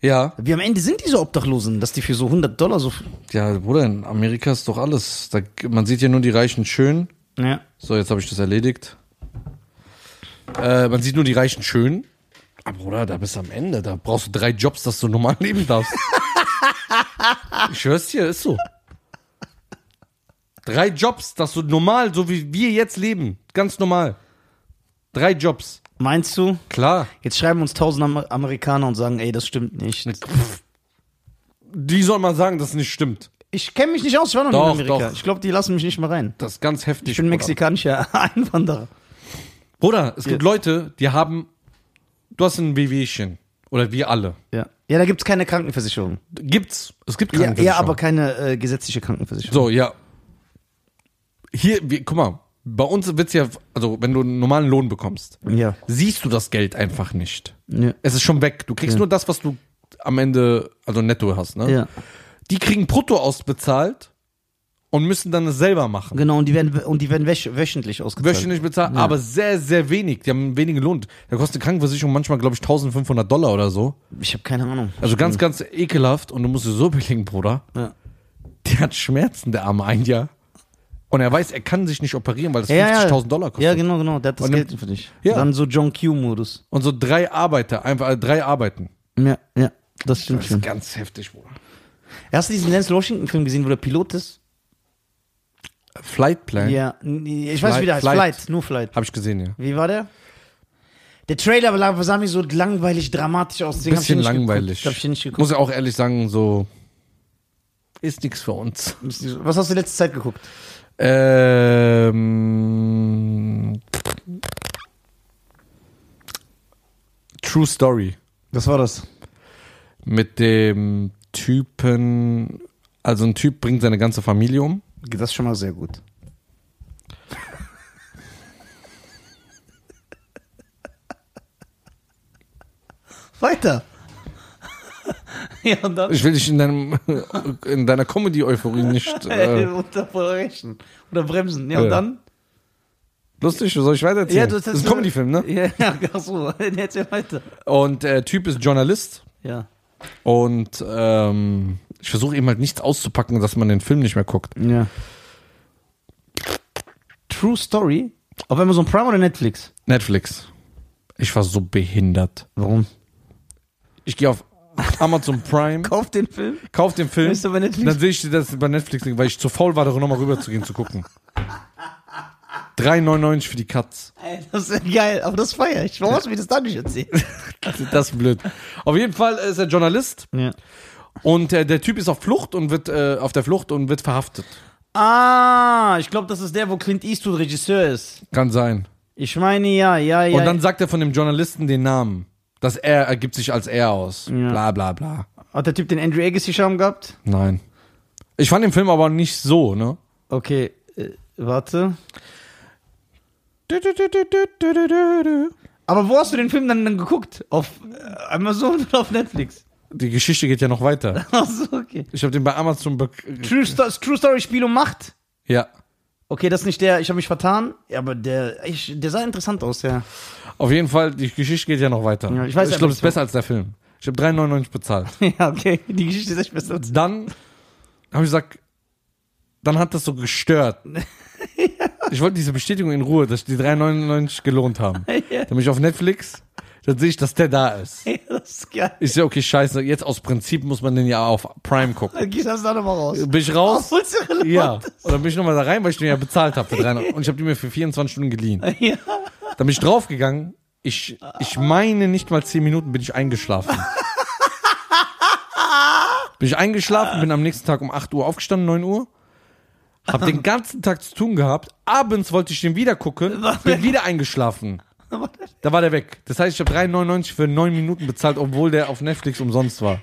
Ja.
Wie am Ende sind diese Obdachlosen, dass die für so 100 Dollar so. f-
Ja, Bruder, in Amerika ist doch alles. Da, man sieht ja nur die Reichen schön.
Ja.
So, jetzt habe ich das erledigt. Äh, man sieht nur die Reichen schön. Ah, Bruder, da bist du am Ende. Da brauchst du drei Jobs, dass du normal leben darfst. ich hör's dir, ist so. Drei Jobs, dass du normal, so wie wir jetzt leben, ganz normal. Drei Jobs,
Meinst du?
klar.
Jetzt schreiben uns tausend Amer Amerikaner und sagen, ey, das stimmt nicht.
Die soll mal sagen, dass es nicht stimmt.
Ich kenne mich nicht aus, ich war noch
Doch,
nie in Amerika.
doch.
Ich glaube, die lassen mich nicht mal rein.
Das ist ganz heftig.
Ich bin mexikanischer Einwanderer.
Bruder, es gibt Leute, die haben. Du hast ein Wehwehchen. Oder wir alle.
Ja, ja da gibt es keine Krankenversicherung.
Gibt's. Es gibt
Ja,
keine
ja, aber keine äh, gesetzliche Krankenversicherung.
So, ja. Hier, wir, guck mal. Bei uns wird's ja. Also, wenn du einen normalen Lohn bekommst,
Ja.
siehst du das Geld einfach nicht.
Ja.
Es ist schon weg. Du kriegst nur das, was du am Ende, also netto hast, ne?
ja.
Die kriegen brutto ausbezahlt und müssen dann es selber machen.
Genau, und die werden, und die werden wöch wöchentlich ausgezahlt.
Wöchentlich bezahlt, aber sehr, sehr wenig. Die haben wenigen Lohn. Da kostet eine Krankenversicherung manchmal, glaube ich, 1500 Dollar oder so.
Ich habe keine Ahnung.
Also ganz, ganz ekelhaft und du musst es so belegen, Bruder.
Ja.
Der hat Schmerzen, der arme ein Jahr. Und er weiß, er kann sich nicht operieren, weil das 50.000 Dollar kostet.
Ja, genau, genau. Der hat das
Und dann-
Geld für dich.
Ja.
Dann so John Q-Modus.
Und so drei Arbeiter, einfach äh, drei Arbeiten.
Ja, ja. Das stimmt
Das
schon.
ist ganz heftig, Bruder.
Hast du diesen Lance Washington-Film gesehen, wo der Pilot ist?
Flight Plan.
Ja. nee, Ich weiß,
Flight-
wie der heißt.
Flight.
Flight, nur Flight.
Habe ich gesehen, ja.
Wie war der? Der Trailer war- sah mir so langweilig, dramatisch aus. deswegen hab ich den
Bisschen
nicht
langweilig.
Geguckt. Hab ich den nicht geguckt.
Muss ja auch ehrlich sagen, so ist nichts für uns.
Was hast du letzte Zeit geguckt?
Ähm, True Story.
Was war das?
mit dem Typen, also ein Typ bringt seine ganze Familie um.
Das ist schon mal sehr gut. Weiter. Ja, und dann
Ich will dich in, deinem, in deiner Comedy-Euphorie nicht
äh,
äh,
unterbrechen oder bremsen. Ja, und
Ja.
dann?
lustig, soll ich weitererzählen?
du-
das ist ein Comedy-Film, ne?
Ja, ja ach so, dann erzähl weiter.
Und der Typ ist Journalist
Ja.
und ähm, ich versuche eben halt nichts auszupacken, dass man den Film nicht mehr guckt.
ja. True Story? Auf Amazon Prime oder Netflix?
Netflix. Ich war so behindert.
Warum?
Ich gehe auf Amazon Prime,
Kauf den Film.
kauf den Film,
Ist aber Netflix.
dann sehe ich das bei Netflix, weil ich zu faul war, da nochmal rüber zu gehen, zu gucken. 3,99 für die Katz.
Ey, das ist geil, aber das feier ich. Warum hast du mir das dann nicht erzählt?
Das ist blöd. Auf jeden Fall ist er Journalist
Ja.
und äh, der Typ ist auf Flucht und wird äh, auf der Flucht und wird verhaftet.
Ah, ich glaube, das ist der, wo Clint Eastwood Regisseur ist.
Kann sein.
Ich meine, ja, ja, ja.
Und dann sagt er von dem Journalisten den Namen. Das er ergibt sich als er aus. Bla bla bla.
hat der Typ den Andrew Agassi-Charme gehabt?
Nein. Ich fand den Film aber nicht so, ne?
Okay, äh, warte. Aber wo hast du den Film dann, dann geguckt? Auf äh, Amazon oder auf Netflix?
Die Geschichte geht ja noch weiter.
Achso, okay.
Ich habe den bei Amazon. Be
True, Sto True Story Spiel um Macht.
ja.
Okay, das ist nicht der, ich habe mich vertan, Ja, aber der, ich, der sah interessant aus, ja.
Auf jeden Fall, die Geschichte geht ja noch weiter.
Ja, ich weiß
ich
aber
glaube,
nicht,
es ist besser als der Film. Ich habe 3,99 bezahlt.
ja, okay, die Geschichte ist echt besser. als-
dann habe ich gesagt, dann hat das so gestört. Ich wollte diese Bestätigung in Ruhe, dass die 3,99 gelohnt haben. Dann bin ich auf Netflix, dann sehe ich, dass der da ist.
Ja, das ist geil.
Ich sehe, okay, scheiße, jetzt aus Prinzip muss man den ja auf Prime gucken.
Dann gehst du das da nochmal raus.
Bin ich raus?
Obwohl es irrelevant
Ja. Und dann bin ich nochmal da rein, weil ich den ja bezahlt habe für 3,99. Und ich habe die mir für 24 Stunden geliehen.
Ja.
Dann bin ich draufgegangen. Ich, ich meine, nicht mal 10 Minuten bin ich eingeschlafen. Bin ich eingeschlafen, bin am nächsten Tag um 8 Uhr aufgestanden, 9 Uhr. Hab den ganzen Tag zu tun gehabt. Abends wollte ich den wieder gucken, bin wieder eingeschlafen. Da war der weg. Das heißt, ich habe 3,99 für 9 Minuten bezahlt, obwohl der auf Netflix umsonst war.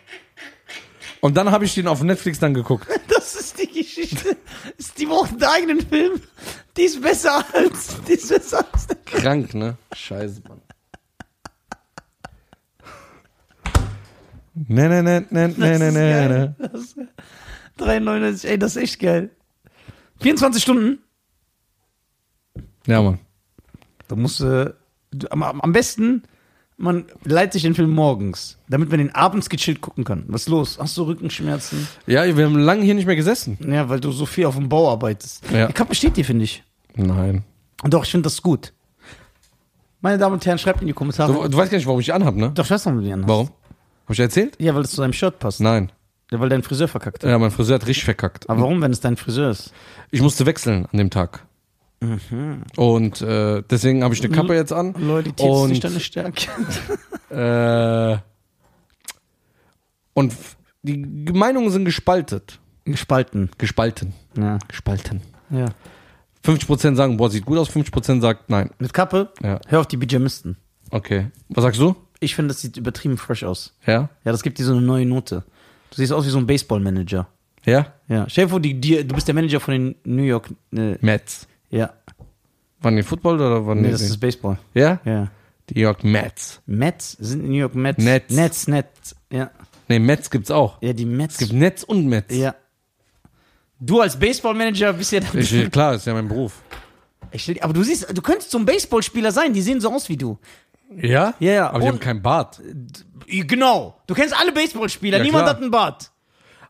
Und dann habe ich den auf Netflix dann geguckt.
Das ist die Geschichte. Ist- Die brauchen einen eigenen Film. Die ist besser als. Die ist besser als der
Krank, ne? Scheiße, Mann. Ne, ne, ne, ne, ne, ne, ne, ne.
3,99. Ey, das ist echt geil. 24 Stunden.
Ja, Mann.
Da musst du. du- Am, am am besten, man leiht sich den Film morgens, damit man den abends gechillt gucken kann. Was ist los? Hast du Rückenschmerzen?
Ja, wir haben lange hier nicht mehr gesessen.
Ja, weil du so viel auf dem Bau arbeitest.
Ja.
Die Kappe steht dir, finde ich.
Nein.
Doch, ich finde das gut. Meine Damen und Herren, schreibt in die Kommentare.
Du, du weißt gar nicht, warum ich die anhab, ne?
Doch, ich weiß noch, wie du die anhast.
Warum? Hab ich erzählt?
Ja, weil es zu deinem Shirt passt.
Nein.
Ja, weil dein Friseur verkackt hat.
Ja, mein Friseur hat richtig verkackt.
Aber warum, wenn es dein Friseur ist?
Ich musste wechseln an dem Tag. Und äh, deswegen habe ich eine Kappe jetzt an.
Loyalität ist
und,
nicht deine Stärke.
äh, und f- die Meinungen sind gespaltet.
Gespalten.
Gespalten.
Ja.
Gespalten.
ja.
50% sagen, boah, sieht gut aus, 50% sagt nein.
Mit Kappe?
Ja.
Hör auf die Bijamisten.
Okay. Was sagst du?
Ich finde, das sieht übertrieben fresh aus.
Ja?
Ja, das gibt dir so eine neue Note. Du siehst aus wie so ein Baseball-Manager.
Ja?
Ja. Stell dir vor, die, die, du bist der Manager von den New York. Äh,
Mets.
ja.
Waren die Football oder waren
Nee,
die?
das ist Baseball.
ja?
Ja.
Die York Mets.
Mets? Sind New York Mets?
Nets.
Nets, Nets. Ja.
Nee, Mets gibt's auch.
Ja, die Mets.
Es gibt Nets und Mets.
ja. Du als Baseball-Manager bist ja dann.
Ich, klar, ist ja mein Beruf.
Ich stell, dir- aber du siehst, du könntest so ein Baseballspieler sein, die sehen so aus wie du.
Ja?
Ja, ja.
Aber die
Und-
haben keinen Bart.
Genau. Du kennst alle Baseballspieler,
Ja,
niemand
klar.
hat einen Bart.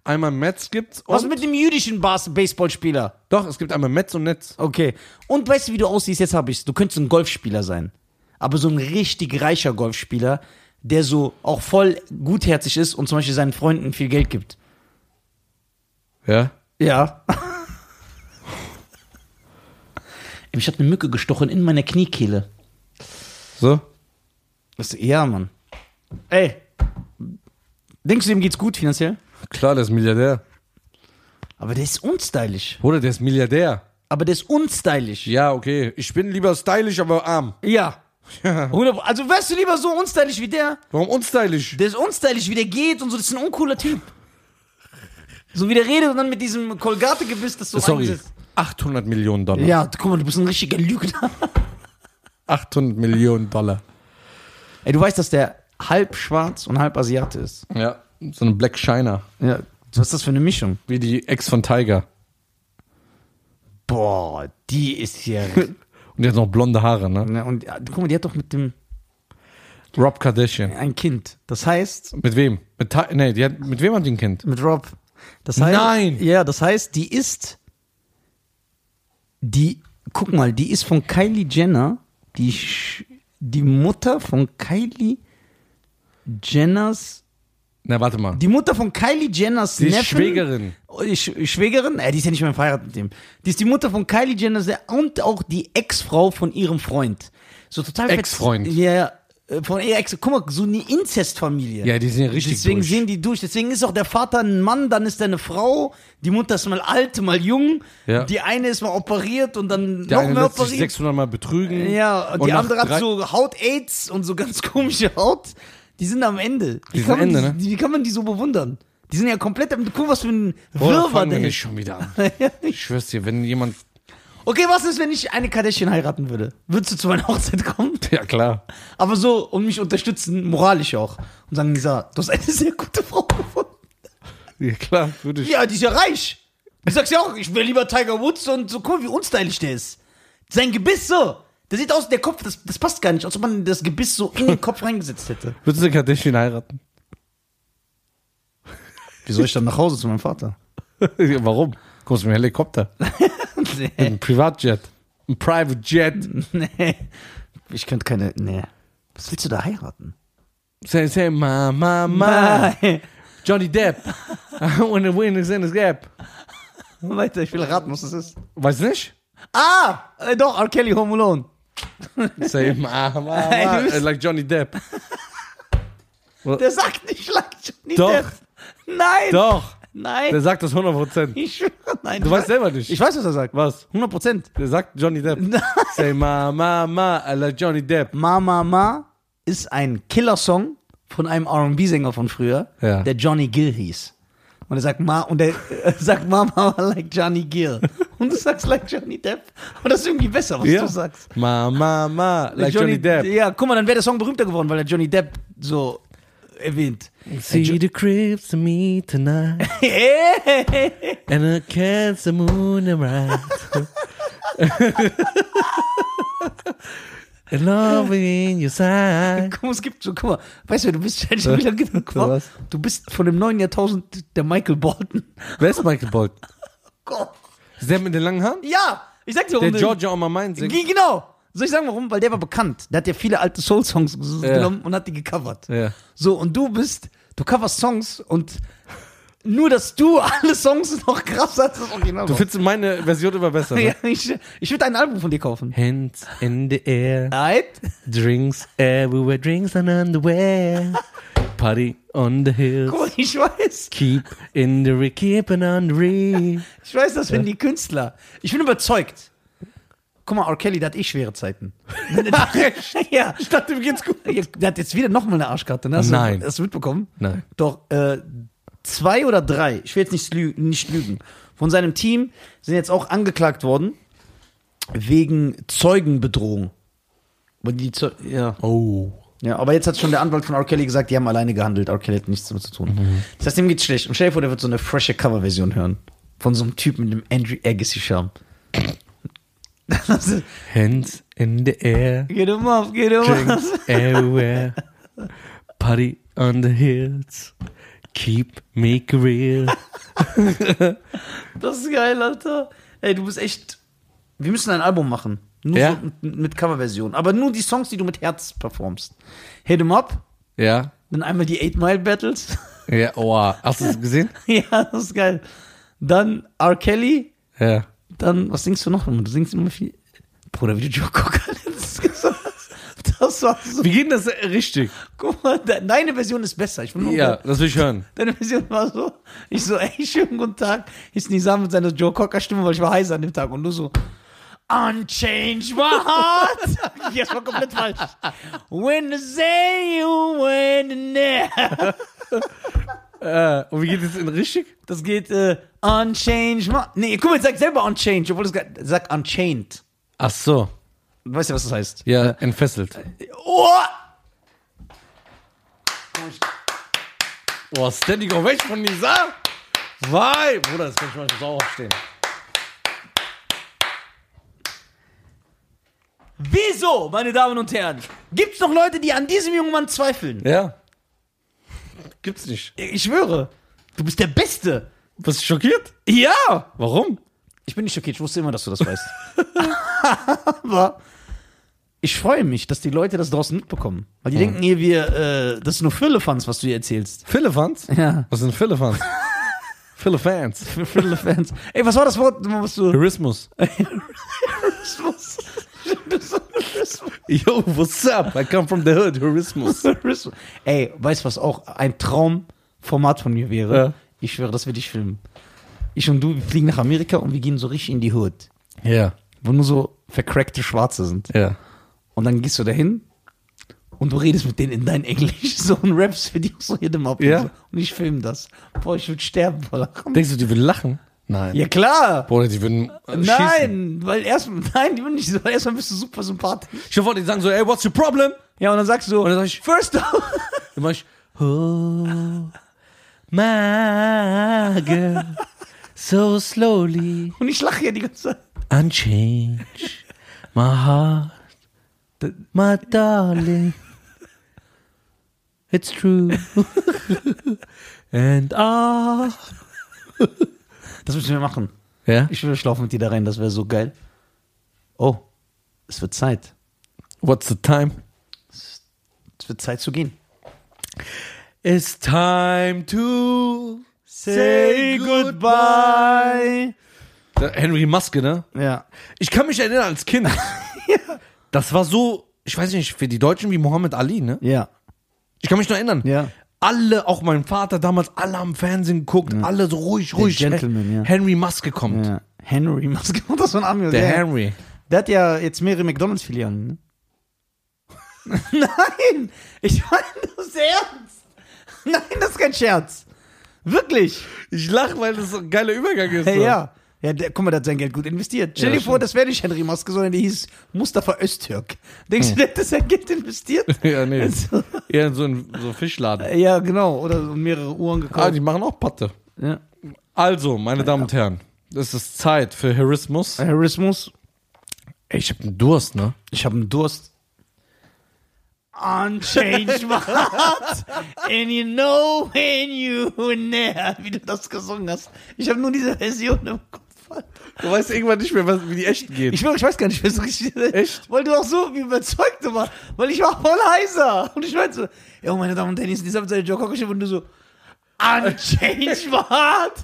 Einmal Mets gibt's
Was
und.
mit dem jüdischen Bas Baseballspieler?
Doch, es gibt einmal Mets und Netz.
Okay. Und weißt du, wie du aussiehst? Jetzt habe ich's. Du könntest ein Golfspieler sein. Aber so ein richtig reicher Golfspieler, der so auch voll gutherzig ist und zum Beispiel seinen Freunden viel Geld gibt.
Ja?
Ja. Mich hat eine Mücke gestochen in meiner Kniekehle.
So?
Das, ja, Mann. Ey. Denkst du, ihm geht's gut finanziell?
Klar, der ist Milliardär.
Aber der ist unstylisch.
Bruder, der ist Milliardär.
Aber der ist unstylisch.
Ja, okay. Ich bin lieber stylisch, aber arm.
Ja. 100 Also wärst du lieber so unstylisch wie der?
Warum unstylisch?
Der ist unstylisch, wie der geht und so. Das ist ein uncooler Typ. So wie der redet und dann mit diesem Kolgate-Gebiss, das so
Sorry.
eingesetzt.
800 Millionen Dollar.
Ja, guck mal, du bist ein richtiger Lügner.
800 Millionen Dollar.
Ey, du weißt, dass der halb schwarz und halb Asiate ist.
Ja. So eine Black Shiner.
Ja. Was ist das für eine Mischung?
Wie die Ex von Tiger.
Boah, die ist ja.
Und die hat noch blonde Haare, ne?
Na, und ja, guck mal, die hat doch mit dem
Rob Kardashian.
ein Kind. Das heißt,
Mit wem? Mit Ti nee, die hat, mit wem hat die ein Kind?
mit Rob. Das heißt,
Nein!
Ja, das heißt, die ist. Die, guck mal, die ist von Kylie Jenner, die, Sch- die Mutter von Kylie Jenners.
Na, warte mal.
Die Mutter von Kylie Jenners
Die ist
Neffen.
Schwägerin.
Oh, die Sch Schwägerin? Äh, die ist ja nicht mehr verheiratet mit dem. Die ist die Mutter von Kylie Jenner sehr- und auch die Ex-Frau von ihrem Freund. So total ver-
Ex-Freund.
Ja, ja. Äh, Von ihr Ex. Guck mal, so eine Inzestfamilie.
Ja, die sind ja richtig
Deswegen
durch.
sehen die durch. Deswegen ist auch der Vater ein Mann, dann ist er eine Frau. Die Mutter ist mal alt, mal jung.
Ja.
Die eine ist mal operiert und dann
der
noch
eine
mehr
lässt sich
operiert.
600 Mal betrügen.
Ja, und, die
nach
andere
drei-
hat so Haut-Aids und so ganz komische Haut. Die sind am Ende. Wie
Die sind
kann
am
man
Ende, ne?
die, Wie kann man die so bewundern? Die sind ja komplett am. Guck, was für ein
Boah,
Wirrwarr
Oh, fangen wir
der
nicht
ist.
schon wieder an. Ich schwör's dir, wenn jemand...
Okay, was ist, wenn ich eine Kardashian heiraten würde? Würdest du zu meiner Hochzeit kommen?
Ja, klar.
Aber so, und mich unterstützen, moralisch auch. Und sagen, Lisa, du hast eine sehr gute Frau gefunden.
Ja, klar, würde ich.
Ja, die ist ja reich. Du sagst ja auch, ich will lieber Tiger Woods und so, guck mal, wie unstylisch der ist. Sein Gebiss so. Der sieht aus, der Kopf, das, das passt gar nicht, als ob man das Gebiss so in den Kopf reingesetzt hätte.
Würdest du eine Kardashian heiraten?
Wie soll ich dann nach Hause zu meinem Vater?
Ja, Warum? Kommst du mit einem Helikopter? Mit
nee,
einem Privatjet? Ein Private Jet?
nee. Ich könnte keine. Nee. Was willst du da heiraten?
Say, say, ma, ma, ma. Johnny Depp. I wanna win is in his gap.
Weiter, Oh, ich will raten, was das ist.
Weißt du nicht?
Ah! Äh, doch, R. Kelly Home Alone.
Say, ma, ma, ma.
Ey, du bist-
äh, Like Johnny Depp.
Der sagt nicht like Johnny
Doch.
Depp. Nein.
Doch.
Nein.
Der sagt das 100%.
ich schwöre, nein.
Du weißt selber nicht.
Ich weiß, was er sagt.
Was?
100 Prozent.
Der sagt Johnny Depp. Say, ma, ma, ma. I like Johnny Depp.
Ma Ma Ma ist ein Killer-Song von einem R&B-Sänger von früher,
Ja.
der Johnny Gill hieß. Und er sagt Ma und er äh, sagt Ma Ma Ma like Johnny Gill. Und du sagst like Johnny Depp. Und das ist irgendwie besser, was du sagst.
Ma, ma, ma. Like Johnny, Depp.
Ja, guck mal, dann wäre der Song berühmter geworden, weil er Johnny Depp so erwähnt.
See the cribs to me tonight.
Hey.
And I can't see moon and And love in your side.
Guck mal, es gibt so, guck mal, weißt du, du bist schon wieder guck mal,
Äh, was?
Du bist von dem neuen Jahrtausend der Michael Bolton.
Wer ist Michael Bolton?
Gott.
Ist der mit den langen Haaren?
Ja, ich sag dir, um
Der
warum
Georgia on my mind singt.
Ge- Genau. Soll ich sagen, warum? Weil der war bekannt. Der hat ja viele alte Soul-Songs ges-
Ja.
genommen und hat die gecovert.
Ja.
So, und du bist, du coverst Songs und nur, dass du alle Songs noch krasser als das Original.
Du findest meine Version immer besser. Ne?
genau ja, ich, ich würde ein Album von dir kaufen.
Hands in the air,
Right?
drinks everywhere, drinks and underwear. Party on the hill,
Guck mal, ich weiß.
keep in the re, keep an unreal.
Ich weiß, das finden die Künstler. Ich bin überzeugt. Guck mal, R. Kelly, der hat eh schwere Zeiten. Ach, ja. Ich dachte, mir geht's gut. Der hat jetzt wieder nochmal eine Arschkarte, ne? Hast du-
Nein.
Hast du mitbekommen?
Nein.
Doch, äh, zwei oder drei, ich will jetzt nicht, lü nicht lügen, von seinem Team sind jetzt auch angeklagt worden wegen Zeugenbedrohung. Aber die Zeu ja.
Oh.
ja, aber jetzt hat schon der Anwalt von R. Kelly gesagt, die haben alleine gehandelt. R. Kelly hat nichts damit zu tun. Das heißt, dem geht's schlecht. Und stell dir vor, der wird so eine frische Coverversion hören. Von so einem Typen mit dem Andrew Agassi-Charme. Das ist-
Hands in the air,
Geht um auf, geht um auf.
drinks everywhere. Party on the hills, keep me real.
Das ist geil, Alter. Ey, du bist echt. Wir müssen ein Album machen. Nur
Ja?
so mit, mit Coverversion. Aber nur die Songs, die du mit Herz performst. Hit 'em Up,
Ja,
dann einmal die 8 Mile Battles.
ja, oh, hast du es gesehen?
ja, das ist geil. Dann R. Kelly,
Ja.
dann, was singst du noch? Du singst immer viel. Bruder, wie du Joe Cocker letztens gesagt hast. Das war so.
Wie geht denn das äh, richtig?
Guck mal, de- deine Version ist besser. Ich will nur
Ja, das will ich hören.
Deine Version war so, ich so, ey, schönen guten Tag. Ist Nisa mit seiner Joe Cocker Stimme, weil ich war heiß an dem Tag und du so, Unchange my heart. ja, das war komplett falsch. When I say you went in there.
Äh, und wie geht es in richtig?
Das geht, äh, Unchange my, nee, guck mal, jetzt sag selber Unchange, obwohl das, gar- sag Unchained.
Ach so.
Du weißt ja, was das heißt.
Ja, entfesselt.
Oh!
Boah, Standing Ovation von Nisa? Weil, Bruder, das kann ich manchmal sauer aufstehen.
Wieso, meine Damen und Herren, gibt's noch Leute, die an diesem jungen Mann zweifeln?
Ja. Gibt's nicht.
Ich schwöre, du bist der Beste.
Bist du schockiert?
Ja!
Warum?
Ich bin nicht schockiert, ich wusste immer, dass du das weißt. Aber ich freue mich, dass die Leute das draußen mitbekommen. Weil die denken hier, wir, äh, das ist nur Fans, was du hier erzählst.
Philippans?
Ja.
Was sind Philippans? Philippans.
Fans. Ey, was war das Wort, was du.
Tourismus.
Tourismus.
Yo, what's up? I come from the hood. Tourismus.
Tourismus. Ey, weißt du, was auch ein Traumformat von mir wäre?
Ja.
Ich schwöre, das will ich filmen. Ich und du wir fliegen nach Amerika und wir gehen so richtig in die Hood,
Ja.
wo nur so vercrackte Schwarze sind.
Ja.
Und dann gehst du dahin und du redest mit denen in dein Englisch. So ein Raps für die so jedem ab.
Ja.
Und, so. und ich filme das. Boah, ich würde sterben vor Lachen.
Denkst du, die würden lachen? Nein.
Ja, klar.
Bruder, die würden äh, schießen.
Nein, weil erstmal, nein, die würden nicht so, weil erstmal bist du super sympathisch.
Ich hoffe, die sagen so, ey, what's your problem?
Ja, und dann sagst du,
Und dann sag ich,
first off,
dann mach ich, oh, my girl, so slowly.
und ich lache ja die ganze Zeit.
Unchange my heart, my darling. It's true. And I.
Das müssen wir machen.
Ja?
Ich würde schlafen mit dir da rein, das wäre so geil. Oh, es wird Zeit.
What's the time?
Es wird Zeit zu gehen.
It's time to Da- Henry Maske, ne?
Ja.
Ich kann mich erinnern als Kind. Das war so, ich weiß nicht, für die Deutschen wie Muhammad Ali, ne?
Ja.
Ich kann mich noch erinnern.
Ja.
Alle, auch mein Vater damals, alle am Fernsehen geguckt, alle so ruhig, ruhig.
Gentleman, ja.
Henry Maske kommt.
ja. Henry, was gemacht das von Amir?
Der
Ja.
Henry.
Der hat ja jetzt mehrere McDonalds-Filialen, ne? Nein! Ich meine das ernst! Nein, das ist kein Scherz! Wirklich!
Ich lache, weil das so ein geiler Übergang ist.
Hey,
so.
ja. Ja, der, guck mal, der hat sein Geld gut investiert. Stell
Ja,
dir
das
vor, das wäre nicht Henry Maske, sondern der hieß Mustafa Öztürk. Denkst du, der hätte sein Geld investiert?
Ja, nee.
Also,
Eher in so ein so ein Fischladen.
ja, genau. Oder so mehrere Uhren
Ah,
gekauft.
die machen auch Patte.
Ja.
Also, meine Damen und Herren, es ist Zeit für Herismus. Ey,
Herismus.
ich hab einen Durst, ne?
Ich habe einen Durst. Unchange my heart and you know when you were there. Wie du das gesungen hast. Ich habe nur diese Version im Kopf. Alter.
Du weißt irgendwann nicht mehr, was, wie die echt gehen.
Ich, will, ich weiß gar nicht, wer so richtig
Echt?
Weil du auch so wie überzeugt du warst. Weil ich war voll heiser. Und ich meinte so, ja, meine Damen und Herren, hier ist dieser Joe Cocker Show. Und du so, Unchange my heart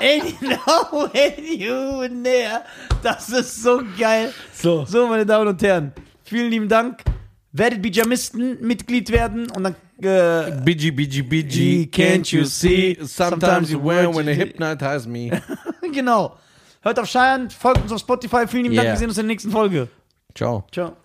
and now and you there. Das ist so geil.
so.
So, meine Damen und Herren, vielen lieben Dank. Werdet Bijamisten Mitglied werden und dann äh,
BG, BG, BG, can't you see? Sometimes you wear when they hypnotize me.
genau. Hört auf Scheiern, folgt uns auf Spotify. Vielen lieben Dank,
Yeah.
wir sehen uns in der nächsten Folge.
Ciao.
Ciao.